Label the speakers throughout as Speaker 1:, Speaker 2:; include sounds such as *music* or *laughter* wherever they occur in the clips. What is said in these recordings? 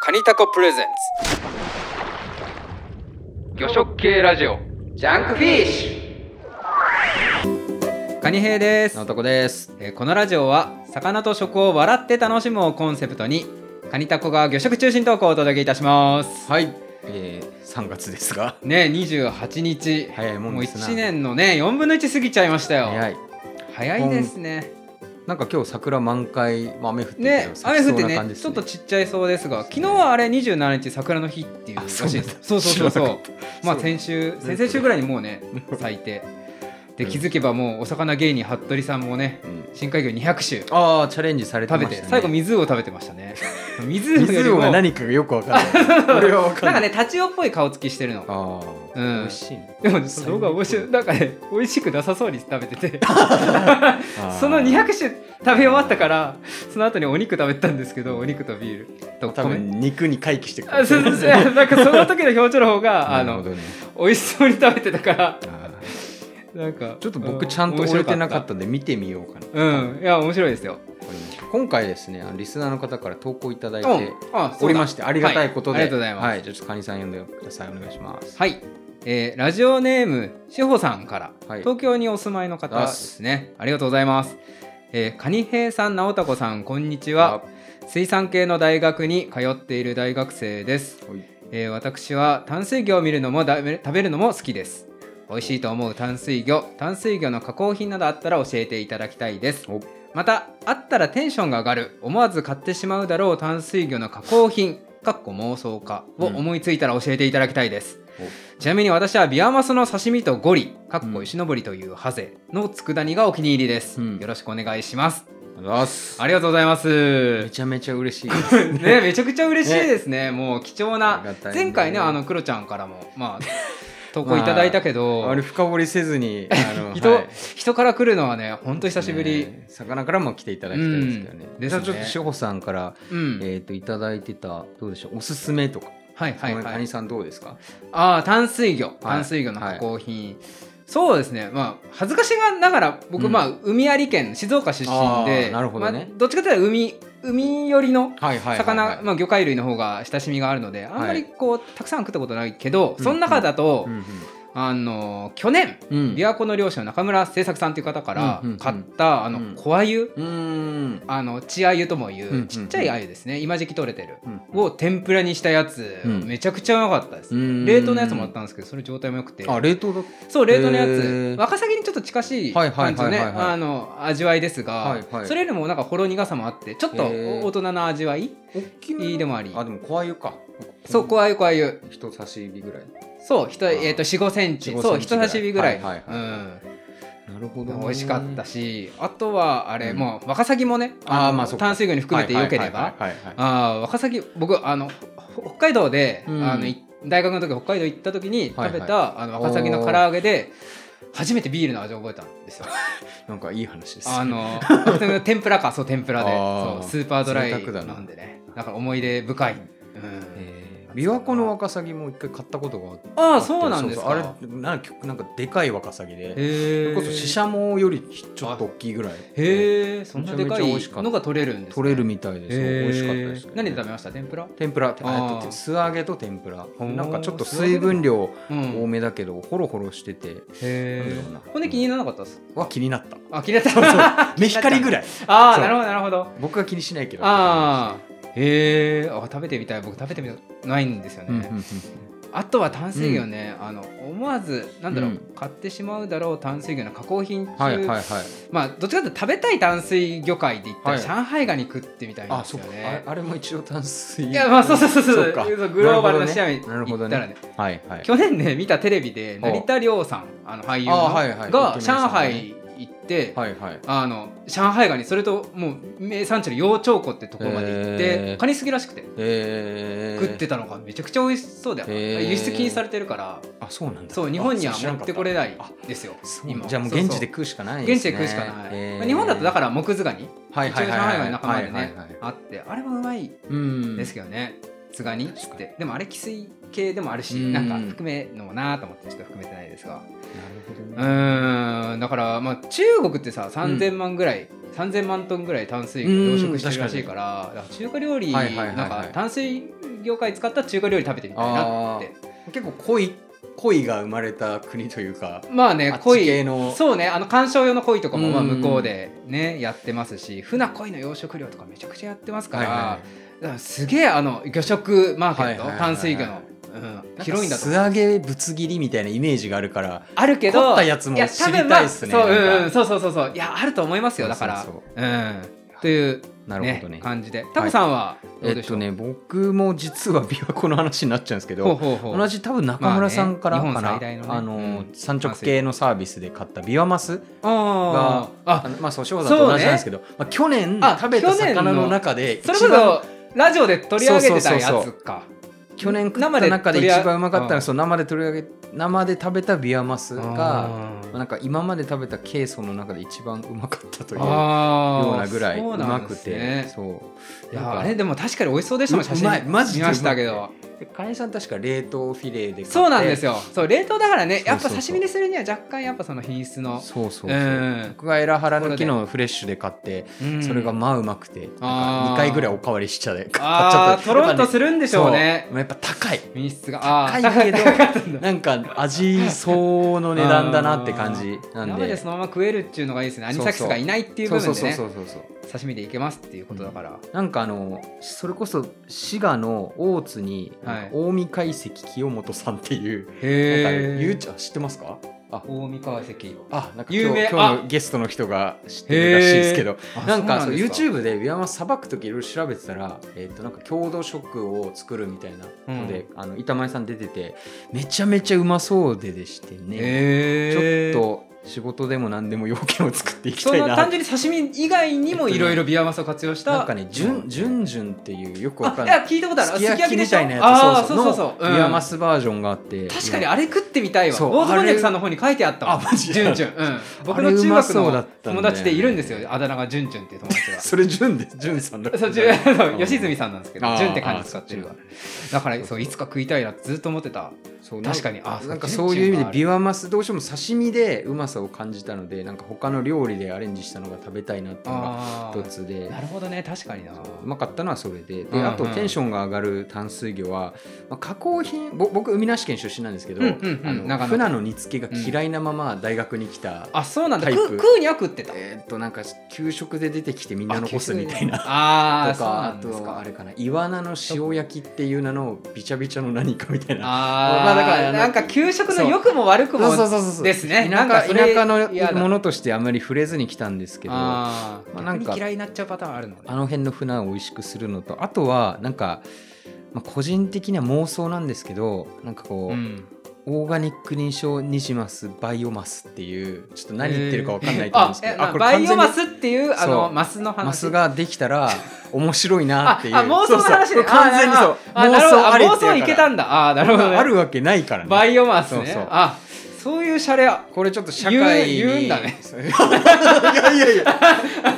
Speaker 1: カニタコプレゼンツ魚食系ラジオジャンクフィッシュカニ兵です
Speaker 2: のとこです。
Speaker 1: えーこのラジオは魚と食を笑って楽しむをコンセプトにカニタコが魚食中心トークをお届けいたします
Speaker 2: はい、えー、3月ですが
Speaker 1: ね28日
Speaker 2: 早いもん
Speaker 1: もう
Speaker 2: ですな。
Speaker 1: 1年のね4分の1過ぎちゃいましたよ
Speaker 2: 早い。
Speaker 1: 早いですね
Speaker 2: なんか今日桜満開、まあ雨降ってたけ
Speaker 1: ね
Speaker 2: ど咲
Speaker 1: 雨降
Speaker 2: きそ
Speaker 1: っ
Speaker 2: う
Speaker 1: て
Speaker 2: な
Speaker 1: ね
Speaker 2: 感じです
Speaker 1: ちょっと
Speaker 2: ね。
Speaker 1: ちっちゃいそうですが昨日はあれ27日桜の日っていうら
Speaker 2: あ
Speaker 1: し
Speaker 2: そ
Speaker 1: いうで
Speaker 2: なんだ
Speaker 1: すそうそうそう
Speaker 2: 知らな
Speaker 1: そ
Speaker 2: かった
Speaker 1: うまあ
Speaker 2: そう
Speaker 1: 先週先々週ぐらいにもうね咲いてで
Speaker 2: うん
Speaker 1: 気づけばもうお魚芸人服部さんもね
Speaker 2: うん
Speaker 1: 深海魚200種
Speaker 2: ああチャレンジされてま
Speaker 1: 食べ
Speaker 2: したね。
Speaker 1: て最後水を食べてました
Speaker 2: *laughs*
Speaker 1: ね水をより
Speaker 2: 水
Speaker 1: も
Speaker 2: が
Speaker 1: なん
Speaker 2: 何かがよくわかん
Speaker 1: *laughs*
Speaker 2: ない。俺はわかんな
Speaker 1: か
Speaker 2: い。
Speaker 1: ねタチウオっぽい顔つきしてるの
Speaker 2: ああ、
Speaker 1: うん
Speaker 2: 美味しいね。
Speaker 1: でもその動画面白いなんかね美味しくなさそうに食べてて
Speaker 2: あー
Speaker 1: *laughs* その200種食べ終わったからその後にお肉食べてたんですけどお肉とビールと
Speaker 2: 多
Speaker 1: 米
Speaker 2: 分肉に回帰してく
Speaker 1: あそうそうそうなんかその時の表情の方
Speaker 2: *laughs*
Speaker 1: があ
Speaker 2: なるほ
Speaker 1: の
Speaker 2: どね。
Speaker 1: 美味しそうに食べてたから
Speaker 2: あー
Speaker 1: なんか
Speaker 2: ちょっと僕ちゃんと
Speaker 1: 面
Speaker 2: 終
Speaker 1: 白
Speaker 2: えてなかったんで見てみようかな。
Speaker 1: うんいや面白いですよ
Speaker 2: 今回ですね、あのリスナーの方から投稿いただい
Speaker 1: うん
Speaker 2: て
Speaker 1: あ
Speaker 2: おりま
Speaker 1: し
Speaker 2: して、ありがたいことで、
Speaker 1: はいありがとうございます
Speaker 2: はい、じゃあちょっとカニさん呼んでください。お願いします。
Speaker 1: たはい、えーラジオネームしほさんから、
Speaker 2: はい
Speaker 1: 東京にお住まいの方ですねありがとうございますえー、カニヘイさん直太子さんこんにちは水産系の大学に通っている大学生です、
Speaker 2: はい
Speaker 1: えー私は淡水魚を見るのもだ食べるのも好きです美味しいと思う淡水魚淡水魚の加工品などあったら教えていただきたいです
Speaker 2: お
Speaker 1: またあったらテンションが上がる思わず買ってしまうだろう淡水魚の加工品かっこ妄想家を
Speaker 2: うん
Speaker 1: 思いついたら教えていただきたいです、ちなみに私はビワマスの刺身とゴリかっこ石登りというハゼの佃煮がお気に入りです、
Speaker 2: うん
Speaker 1: よろしくお願いします
Speaker 2: ありがとうございます
Speaker 1: ありがとうございます
Speaker 2: めちゃめちゃ嬉しい
Speaker 1: *laughs* ね、めちゃくちゃ嬉しいですね。もう貴重
Speaker 2: あ
Speaker 1: な
Speaker 2: りがたいね
Speaker 1: 前回ねあのクロちゃんからも
Speaker 2: *laughs*
Speaker 1: まあ投稿いただいたけど、
Speaker 2: あれ深掘りせ
Speaker 1: *laughs*
Speaker 2: ずにあの
Speaker 1: 人
Speaker 2: はい
Speaker 1: 人から来るのはねほんと久しぶり。
Speaker 2: ね魚からも来ていただきたいですけどね
Speaker 1: うん、
Speaker 2: じゃあ
Speaker 1: です
Speaker 2: ち
Speaker 1: ね
Speaker 2: ょっと志保さんから、
Speaker 1: うん、
Speaker 2: えー、といただいてたどうでしょうおすすめとか、
Speaker 1: はいはい
Speaker 2: その
Speaker 1: は
Speaker 2: 谷
Speaker 1: い。
Speaker 2: さんどうですか
Speaker 1: ああ淡水魚淡水魚の加工品。そうですね、まあ、恥ずかしながら僕、
Speaker 2: うん
Speaker 1: まあ、海あり県静岡出身
Speaker 2: あ
Speaker 1: で
Speaker 2: ーなるほどね
Speaker 1: まあ、どっちかというと海海寄りの
Speaker 2: はいは
Speaker 1: 魚、まあ、魚介類の方が親しみがあるのであんまりこうたくさん食ったことないけど、その中だと、
Speaker 2: うん
Speaker 1: あの去年
Speaker 2: うんうん
Speaker 1: 琵琶湖の漁師の中村製作さんという方から
Speaker 2: うんうんうん
Speaker 1: 買ったあ
Speaker 2: う
Speaker 1: の
Speaker 2: ん
Speaker 1: 小鮎
Speaker 2: うーん
Speaker 1: あの血鮎ともい
Speaker 2: うんうんう
Speaker 1: うんちっちゃい鮎ですね今時期取れてる
Speaker 2: うん
Speaker 1: を天ぷらにしたやつ
Speaker 2: うん
Speaker 1: めちゃくちゃうまかったです
Speaker 2: うん
Speaker 1: 冷凍のやつもあったんですけどそれ状態も良くて
Speaker 2: あ冷凍だった
Speaker 1: そう冷凍のや
Speaker 2: へ
Speaker 1: つ
Speaker 2: ー
Speaker 1: ワカサギにちょっと近しい
Speaker 2: はいは
Speaker 1: 感
Speaker 2: い
Speaker 1: じの
Speaker 2: はいはい
Speaker 1: ね
Speaker 2: はい
Speaker 1: あの味わいですが
Speaker 2: はいはい
Speaker 1: それよりもなんかほろ苦さもあってちょっと
Speaker 2: へー
Speaker 1: 大人な味わい
Speaker 2: 大きめの
Speaker 1: いいでもあり
Speaker 2: あでも小鮎か
Speaker 1: そう小鮎小鮎
Speaker 2: 人差し指ぐらい
Speaker 1: そう人
Speaker 2: あー
Speaker 1: えっと45センチ
Speaker 2: 45
Speaker 1: そう
Speaker 2: セ
Speaker 1: 人
Speaker 2: ンチぐら
Speaker 1: 差
Speaker 2: い
Speaker 1: し指ぐらい
Speaker 2: はいはいはい
Speaker 1: うん
Speaker 2: なるほ
Speaker 1: 美味しかった
Speaker 2: し
Speaker 1: しあとはあれ、
Speaker 2: うん
Speaker 1: もうワカサギもね
Speaker 2: あー
Speaker 1: の
Speaker 2: まあそっか
Speaker 1: 淡水魚に含めてよければ、
Speaker 2: はいはいはいはいはい
Speaker 1: あーワカサギ僕あのほ北海道で、
Speaker 2: うん
Speaker 1: あのい大学の時北海道行った時に食べた、
Speaker 2: は
Speaker 1: あのワカサギの唐揚げで初めてビールの味を覚えたん
Speaker 2: *laughs*
Speaker 1: ですよ
Speaker 2: なんかいい話です
Speaker 1: あの普通の天ぷらかそう天ぷらで
Speaker 2: あー
Speaker 1: そうスーパードライ
Speaker 2: 贅沢だな
Speaker 1: なんでねだから思い出深い、うん
Speaker 2: えー琵琶湖のワカサギも一回買ったことがあって
Speaker 1: ああそうなんですか
Speaker 2: そうそうあれなんかなんかでかいワカサギでそ
Speaker 1: へ
Speaker 2: れ
Speaker 1: え
Speaker 2: こそシシャモよりちょっと大きいぐらいで
Speaker 1: へえそんなでか
Speaker 2: めちゃめ
Speaker 1: い
Speaker 2: ちゃ美味しかった
Speaker 1: のが取れるんです、ね、
Speaker 2: 取れるみたいです
Speaker 1: へー
Speaker 2: 美味しかったですけどね
Speaker 1: 何で食べました天ぷら、
Speaker 2: 天ぷら
Speaker 1: あ
Speaker 2: あ
Speaker 1: ー
Speaker 2: と素揚げと天ぷら
Speaker 1: ー
Speaker 2: なんかちょっと水分量
Speaker 1: うん
Speaker 2: 多めだけどホロホロしててなん
Speaker 1: へ
Speaker 2: だろうな
Speaker 1: え骨気にならなかったです
Speaker 2: は気になった
Speaker 1: あ切れた
Speaker 2: メヒカリぐ
Speaker 1: らい
Speaker 2: らい
Speaker 1: ああ
Speaker 2: そう
Speaker 1: なるほどなるほど
Speaker 2: 僕は気にしないけど
Speaker 1: ああへえあ食べてみたい僕食べてみたないんですよね、
Speaker 2: うんうんうん
Speaker 1: あとは淡水魚ね、あの思わずなんだろう、
Speaker 2: うん
Speaker 1: 買ってしまうだろう淡水魚の加工品中、
Speaker 2: はいはいはい
Speaker 1: まあどっちかというと食べたい淡水魚介で言ったら、
Speaker 2: はい
Speaker 1: 上海ガニ食ってみたいん
Speaker 2: あ
Speaker 1: です
Speaker 2: そ
Speaker 1: よ
Speaker 2: うか
Speaker 1: ね
Speaker 2: ああれも一応炭水
Speaker 1: いやまあそうそうそうそう
Speaker 2: か
Speaker 1: グローバルな視野に
Speaker 2: なる
Speaker 1: 行
Speaker 2: ほ
Speaker 1: っ
Speaker 2: ど
Speaker 1: たらね
Speaker 2: ねはいはい
Speaker 1: 去年ね見たテレビで成田凌さんあの俳優の
Speaker 2: あはいはい
Speaker 1: が
Speaker 2: お決め
Speaker 1: 上
Speaker 2: さんがね
Speaker 1: 海行って、
Speaker 2: はいはい
Speaker 1: あの上海ガニそれともう名産地の養鳥湖ってところまで行って、
Speaker 2: へー
Speaker 1: カニすぎらしくて
Speaker 2: えー
Speaker 1: 食ってたのがめちゃくちゃ美味しそうだよ、
Speaker 2: へー
Speaker 1: 輸出禁止されてるから
Speaker 2: あそうなんだ
Speaker 1: そう日本には
Speaker 2: あ知ら
Speaker 1: 持
Speaker 2: ん
Speaker 1: っ
Speaker 2: か
Speaker 1: てこれない
Speaker 2: あ
Speaker 1: ですよ
Speaker 2: そう
Speaker 1: 今
Speaker 2: じゃあもう
Speaker 1: そうそう
Speaker 2: 現地で食うしかない
Speaker 1: 現地で食うしかない、まあ日本だとだから木図ガニ
Speaker 2: らはい
Speaker 1: 一応
Speaker 2: は
Speaker 1: 上
Speaker 2: いは
Speaker 1: 海
Speaker 2: い
Speaker 1: ガニの仲間でね、
Speaker 2: はいはいはい
Speaker 1: あってあれはうまい
Speaker 2: うん
Speaker 1: ですけどねつがにっ
Speaker 2: 確か
Speaker 1: てでもあれ寄水系でもあるし
Speaker 2: うん
Speaker 1: なんか含めのもなと思ってちょっと含めてないですがう
Speaker 2: なる
Speaker 1: ーんだから、まあ、中国ってさ3000万ぐらい、3000万トンぐらい淡水魚
Speaker 2: うん
Speaker 1: 養殖してるらしいからだから中華料理
Speaker 2: はいはいはいはい
Speaker 1: なんか淡水業界使った中華料理食べてみたいなって
Speaker 2: 結構恋恋が生まれた国というか
Speaker 1: まあね
Speaker 2: あっち
Speaker 1: 恋
Speaker 2: 系の
Speaker 1: そうねあの観賞用の恋とかもまあ
Speaker 2: うん
Speaker 1: 向こうでねやってますし船恋の養殖漁とかめちゃくちゃやってますから、だからすげえあの魚食マーケット、
Speaker 2: はいはいはいはい
Speaker 1: 淡水魚の、うん、広いんだと
Speaker 2: 素
Speaker 1: 思う
Speaker 2: 揚げぶつ切りみたいなイメージがあるから
Speaker 1: あるけど
Speaker 2: 凝ったやつも
Speaker 1: や
Speaker 2: 知りたいっすね
Speaker 1: 多分まあそう,、
Speaker 2: なん
Speaker 1: う
Speaker 2: か
Speaker 1: ん、そうそうそうそういやあると思いますよだから
Speaker 2: そうそ
Speaker 1: う
Speaker 2: う
Speaker 1: んという、
Speaker 2: なる
Speaker 1: ね
Speaker 2: ほどね
Speaker 1: 感じでタコさんはど
Speaker 2: え
Speaker 1: うで
Speaker 2: っ
Speaker 1: しょ
Speaker 2: と
Speaker 1: う、
Speaker 2: ね僕も実は琵琶湖の話になっちゃうんですけ
Speaker 1: ほう
Speaker 2: ど
Speaker 1: ほうほう
Speaker 2: 同じ多分中村さんからかな、
Speaker 1: まあね日本最大のね
Speaker 2: あ
Speaker 1: う
Speaker 2: の
Speaker 1: ん
Speaker 2: 産直系のサービスで買ったビワマス
Speaker 1: あーあ
Speaker 2: あのまあそう翔さんと同じなんですけど、まあ、去年
Speaker 1: あ
Speaker 2: 食べた
Speaker 1: 去年の
Speaker 2: 魚の中で一
Speaker 1: それ
Speaker 2: 番
Speaker 1: こそラジオで取り上げてたやつか
Speaker 2: そうそう去年食った
Speaker 1: 生で
Speaker 2: 中で
Speaker 1: 取
Speaker 2: 一
Speaker 1: り上げ
Speaker 2: 番うまかったの
Speaker 1: うん
Speaker 2: はそう生で取り上げ生で食べたビワマスが
Speaker 1: あー
Speaker 2: なんか今まで食べたケイソの中で一番うまかったというよ
Speaker 1: あー
Speaker 2: うなぐらい
Speaker 1: そう
Speaker 2: う
Speaker 1: な
Speaker 2: ま
Speaker 1: ん
Speaker 2: く
Speaker 1: です
Speaker 2: て
Speaker 1: ね
Speaker 2: そう
Speaker 1: い
Speaker 2: なん
Speaker 1: や
Speaker 2: か
Speaker 1: あれでも確かに美味しそうでしたもん
Speaker 2: う
Speaker 1: 写
Speaker 2: うまい
Speaker 1: 真
Speaker 2: マジで
Speaker 1: 見ましたけど
Speaker 2: 金井さん確か冷凍フィレで買って
Speaker 1: そうなんですよそう冷凍だからねやっぱ
Speaker 2: そうそうそう
Speaker 1: 刺身にするには若干やっぱその品質の
Speaker 2: そうそうそう、
Speaker 1: うん
Speaker 2: 僕がエラハラの木のフレッシュで買って、
Speaker 1: うん
Speaker 2: それがまあうまくて、なんか
Speaker 1: あー
Speaker 2: 2回ぐらいおかわりしちゃで買っちゃ
Speaker 1: あー
Speaker 2: った
Speaker 1: とろんとするんで
Speaker 2: で
Speaker 1: しょうね
Speaker 2: やっぱ高い
Speaker 1: 品質があー
Speaker 2: 高いけど
Speaker 1: 高かったんだ
Speaker 2: なんか味相応の値段だなって感じなん
Speaker 1: 生
Speaker 2: で
Speaker 1: でそのまま食えるっていうのがいいですねアニサキスがいないっていう
Speaker 2: そ
Speaker 1: 部
Speaker 2: うそ
Speaker 1: 分
Speaker 2: う
Speaker 1: で
Speaker 2: そう
Speaker 1: ね
Speaker 2: そうそうそう
Speaker 1: 刺身でいけますっていうことだから、
Speaker 2: なんかあのそれこそ滋賀の大津に、
Speaker 1: はい
Speaker 2: なんか近江海石清本さんっていう、なんかゆうちゃん知ってますか
Speaker 1: 大三川関
Speaker 2: あなんか
Speaker 1: 有
Speaker 2: 今
Speaker 1: 名
Speaker 2: 日
Speaker 1: あ
Speaker 2: 今日のゲストの人が知ってるらしいですけどなんかそう
Speaker 1: です
Speaker 2: YouTube でビワマスさばく時いろいろ調べてたら、えっとなんか郷土食を作るみたいなので、あの板前さん出ててめちゃめちゃうまそうででしてね、
Speaker 1: へー
Speaker 2: ちょっと仕事でも何でも要件を作っていき
Speaker 1: そ
Speaker 2: たい
Speaker 1: の
Speaker 2: な
Speaker 1: 単純に刺身以外にもいろいろビアマスを活用した
Speaker 2: なんかね「じゅんじゅんじゅん」っていうよくわ
Speaker 1: あ
Speaker 2: かん
Speaker 1: い
Speaker 2: ない
Speaker 1: や聞いたことある
Speaker 2: すき焼きみたいなやつ
Speaker 1: あー
Speaker 2: そ
Speaker 1: そうう
Speaker 2: そう
Speaker 1: そうそう
Speaker 2: のビワマ
Speaker 1: ス
Speaker 2: スバージョンがあって
Speaker 1: 確かに
Speaker 2: あ
Speaker 1: あれ食ってみたいわ
Speaker 2: そう
Speaker 1: 大坪脈さんの方に書いてあったわ
Speaker 2: あマジ
Speaker 1: ジュンジュン、うん、僕の中
Speaker 2: あれうま
Speaker 1: 学
Speaker 2: そうだ
Speaker 1: の
Speaker 2: ったんだよね
Speaker 1: 友達でいるんですよあだ名がジュンジュンっていう友達が
Speaker 2: それじゅんでじゅんさんだ
Speaker 1: そうジュンそう
Speaker 2: うん
Speaker 1: 吉住さんなんですけど
Speaker 2: あー
Speaker 1: ジュンって漢字使ってるわだからそういつか食いたいなってずっと思ってた
Speaker 2: そう
Speaker 1: 確かに
Speaker 2: なん
Speaker 1: あ
Speaker 2: なんか
Speaker 1: そ
Speaker 2: そうう
Speaker 1: いう
Speaker 2: いう意
Speaker 1: 順序
Speaker 2: 味
Speaker 1: があ
Speaker 2: で
Speaker 1: る
Speaker 2: ビワマスどうしても刺身でうまさを感じたのでなんか他の料理でアレンジしたのが食べたいなっていうのが
Speaker 1: あ
Speaker 2: 一つで
Speaker 1: ーなるほどね確かにな
Speaker 2: うまかったのはそれで
Speaker 1: うんう
Speaker 2: で
Speaker 1: ん
Speaker 2: あとテンションが上がる淡水魚は、まあ、加工品ぼ僕海なし県出身なんですけど、
Speaker 1: うんうんうん
Speaker 2: あ
Speaker 1: 長野
Speaker 2: の船の煮付けが嫌いなまま大学に来た、
Speaker 1: あそうなんだ
Speaker 2: タイプ
Speaker 1: 食う食うには食ってた
Speaker 2: えーっとなんか給食で出てきてみんな残すみたいな。
Speaker 1: あーそ
Speaker 2: と
Speaker 1: う
Speaker 2: か
Speaker 1: な
Speaker 2: あ
Speaker 1: んです
Speaker 2: と
Speaker 1: か
Speaker 2: あれかなイワナの塩焼きっていう名のビチャビチャの何かみたいな
Speaker 1: あー
Speaker 2: まあだから
Speaker 1: なんか給食の良くも悪くも
Speaker 2: うそうそ
Speaker 1: ですねな
Speaker 2: 田
Speaker 1: んか
Speaker 2: 舎
Speaker 1: それ
Speaker 2: 田舎
Speaker 1: 嫌
Speaker 2: の
Speaker 1: だ
Speaker 2: ものとしてあまり触れずに来たんですけどあ
Speaker 1: あー
Speaker 2: まあなんか
Speaker 1: 逆に嫌いになっちゃうパターンあるのね
Speaker 2: の辺の船を美味しくするのとあとはなんか、まあ、個人的には妄想なんですけどなんかこう、
Speaker 1: うん
Speaker 2: オーガニック認証ニジマスバイオマスっていうちょっと何言ってるかわかんないと思うん
Speaker 1: あ
Speaker 2: ですけ
Speaker 1: え
Speaker 2: ど、
Speaker 1: なバイオマ
Speaker 2: に
Speaker 1: スっていうあ
Speaker 2: そ
Speaker 1: の
Speaker 2: う
Speaker 1: マスの話
Speaker 2: マスができたら面白いなっていう
Speaker 1: ああ妄想の話
Speaker 2: そ
Speaker 1: ね
Speaker 2: うそうこれ完全にそう
Speaker 1: あーなるほどあ
Speaker 2: ありっ
Speaker 1: 妄
Speaker 2: ていう
Speaker 1: 想いけたんだあーな
Speaker 2: から
Speaker 1: るほどね
Speaker 2: あるわけないからね
Speaker 1: バイオマス
Speaker 2: そう
Speaker 1: ね
Speaker 2: そう
Speaker 1: あそういうシャレあ
Speaker 2: これちょっと社会に
Speaker 1: 言う言うんだ *laughs* ね
Speaker 2: いやいやい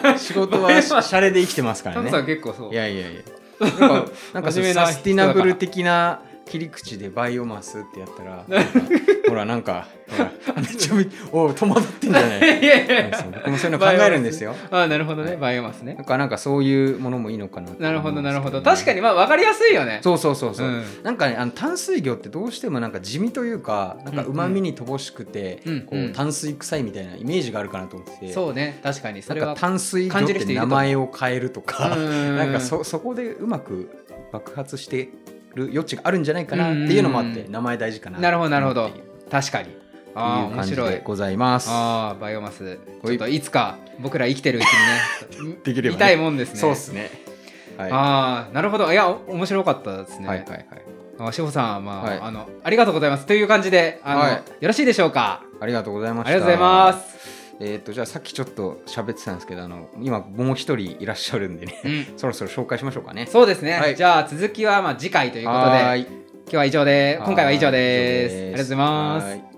Speaker 2: や仕事はシャレで生きてますか
Speaker 1: タ
Speaker 2: ら
Speaker 1: コ
Speaker 2: ね
Speaker 1: さん結構そう
Speaker 2: いやいやいやなんかなんかそ
Speaker 1: 真面目な人だ
Speaker 2: う
Speaker 1: から
Speaker 2: サスティナブル的な切り口でバイオマスってやったらなんかほらなんかほらめっちゃめおい戸惑ってんじゃない
Speaker 1: *laughs* いやいやいや
Speaker 2: そう僕もそういうの考えるんですよ。
Speaker 1: あーなるほどねバイオマスね
Speaker 2: なんかなんかそういうものもいいのかなって思
Speaker 1: なるほ
Speaker 2: う
Speaker 1: ど
Speaker 2: ん
Speaker 1: な
Speaker 2: です
Speaker 1: るほ
Speaker 2: け
Speaker 1: ど
Speaker 2: ね
Speaker 1: 確かにまあ分かりやすいよね
Speaker 2: そうそうそうそう。
Speaker 1: うん
Speaker 2: なんかねあの淡水魚ってどうしてもなんか地味というかなんか
Speaker 1: うんうん
Speaker 2: 旨味に乏しくて、
Speaker 1: うん
Speaker 2: こ
Speaker 1: うん
Speaker 2: う淡水臭いみたいなイメージがあるかなと思ってて、
Speaker 1: そうね確かにそれ
Speaker 2: なん
Speaker 1: は
Speaker 2: か淡水魚っ
Speaker 1: 感じる人い
Speaker 2: て
Speaker 1: る
Speaker 2: 名
Speaker 1: と
Speaker 2: 前を変えるとか、 *laughs*
Speaker 1: な
Speaker 2: なんかそそこでうまく爆発してる余地があるんじゃないかなっていうのもあって、
Speaker 1: う
Speaker 2: 名前大事かな。
Speaker 1: なるほどなるほ
Speaker 2: っ
Speaker 1: ど
Speaker 2: ていうっていう
Speaker 1: 確かにああ面
Speaker 2: 感じ
Speaker 1: 白
Speaker 2: で
Speaker 1: い
Speaker 2: ございます。
Speaker 1: ああバイオマスちょっといつか僕ら生きてるうちにね
Speaker 2: *laughs* できればね
Speaker 1: 見たいもんですね
Speaker 2: そうですね。はい。は
Speaker 1: ああなるほどいやお面白かったです
Speaker 2: い
Speaker 1: ね、
Speaker 2: はいはい。
Speaker 1: あ志保さん、まあ
Speaker 2: はい
Speaker 1: あのありがとうございますという感じであの、
Speaker 2: はい
Speaker 1: よろしいでしょうか
Speaker 2: ありがとうございま
Speaker 1: あ
Speaker 2: した。
Speaker 1: りがとうございます、
Speaker 2: えっ、とじゃあさっきちょっと喋ってたんですけどあの今もう一人いらっしゃるんでね
Speaker 1: うん、
Speaker 2: そろそろ紹介しましょうかね。
Speaker 1: そうですね、
Speaker 2: はい
Speaker 1: じゃあ続きはまあ次回ということで
Speaker 2: はーい
Speaker 1: 今日は以上で今回は以上です
Speaker 2: 以
Speaker 1: あ
Speaker 2: 上
Speaker 1: りがとうございます
Speaker 2: はーい